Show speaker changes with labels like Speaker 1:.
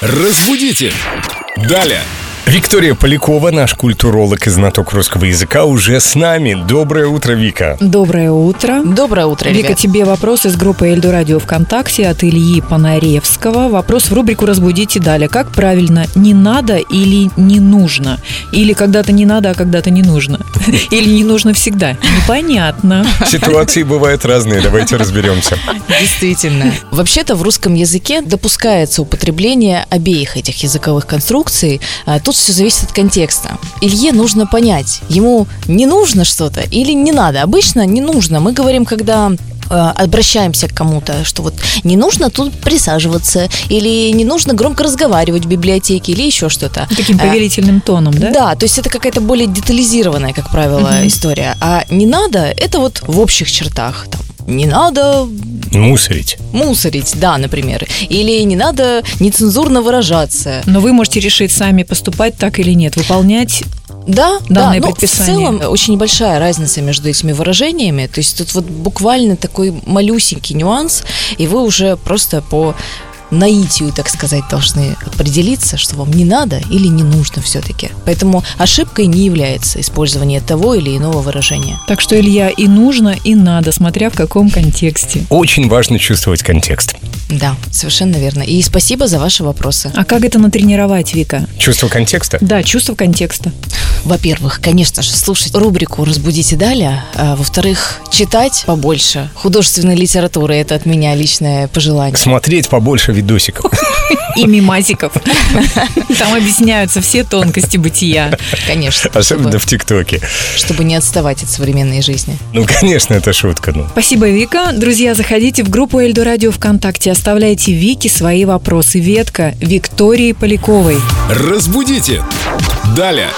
Speaker 1: Разбудите! Далее!
Speaker 2: Виктория Полякова, наш культуролог и знаток русского языка, уже с нами. Доброе утро, Вика.
Speaker 3: Доброе утро.
Speaker 4: Доброе утро,
Speaker 3: Вика,
Speaker 4: ребят.
Speaker 3: тебе вопрос из группы Эльду Радио ВКонтакте от Ильи Панаревского. Вопрос в рубрику «Разбудите далее». Как правильно, не надо или не нужно? Или когда-то не надо, а когда-то не нужно? Или не нужно всегда? Непонятно.
Speaker 2: Ситуации бывают разные, давайте разберемся.
Speaker 3: типа,
Speaker 4: Действительно. Вообще-то в русском языке допускается употребление обеих этих языковых конструкций. А Тут все зависит от контекста. Илье нужно понять, ему не нужно что-то или не надо. Обычно не нужно. Мы говорим, когда э, обращаемся к кому-то, что вот не нужно тут присаживаться, или не нужно громко разговаривать в библиотеке, или еще что-то.
Speaker 3: Таким
Speaker 4: Э,
Speaker 3: повелительным тоном, да?
Speaker 4: то есть это какая-то более детализированная, как правило,
Speaker 3: Мгм.
Speaker 4: история. А не надо, это вот в общих чертах. Там, не надо
Speaker 2: Мусорить.
Speaker 4: мусорить, да, например. Или не надо нецензурно выражаться.
Speaker 3: Но вы можете решить сами, поступать так или нет, выполнять.
Speaker 4: Да, да,
Speaker 3: Данное
Speaker 4: но в
Speaker 3: предписание.
Speaker 4: целом очень большая разница между этими выражениями. То есть тут вот буквально такой малюсенький нюанс, и вы уже просто по наитию, так сказать, должны определиться, что вам не надо или не нужно все-таки. Поэтому ошибкой не является использование того или иного выражения.
Speaker 3: Так что, Илья, и нужно, и надо, смотря в каком контексте.
Speaker 2: Очень важно чувствовать контекст.
Speaker 4: Да, совершенно верно. И спасибо за ваши вопросы.
Speaker 3: А как это натренировать, Вика?
Speaker 2: Чувство контекста?
Speaker 3: Да, чувство контекста.
Speaker 4: Во-первых, конечно же, слушать рубрику «Разбудите далее». А, во-вторых, читать побольше художественной литературы. Это от меня личное пожелание.
Speaker 2: Смотреть побольше видосиков.
Speaker 3: и мимасиков. Там объясняются все тонкости бытия.
Speaker 4: Конечно.
Speaker 2: Особенно
Speaker 4: Чтобы,
Speaker 2: в ТикТоке.
Speaker 4: чтобы не отставать от современной жизни.
Speaker 2: Ну, конечно, это шутка. Ну.
Speaker 3: Спасибо, Вика. Друзья, заходите в группу Эльду Радио ВКонтакте, оставляйте Вике свои вопросы. Ветка Виктории Поляковой.
Speaker 1: Разбудите! Далее!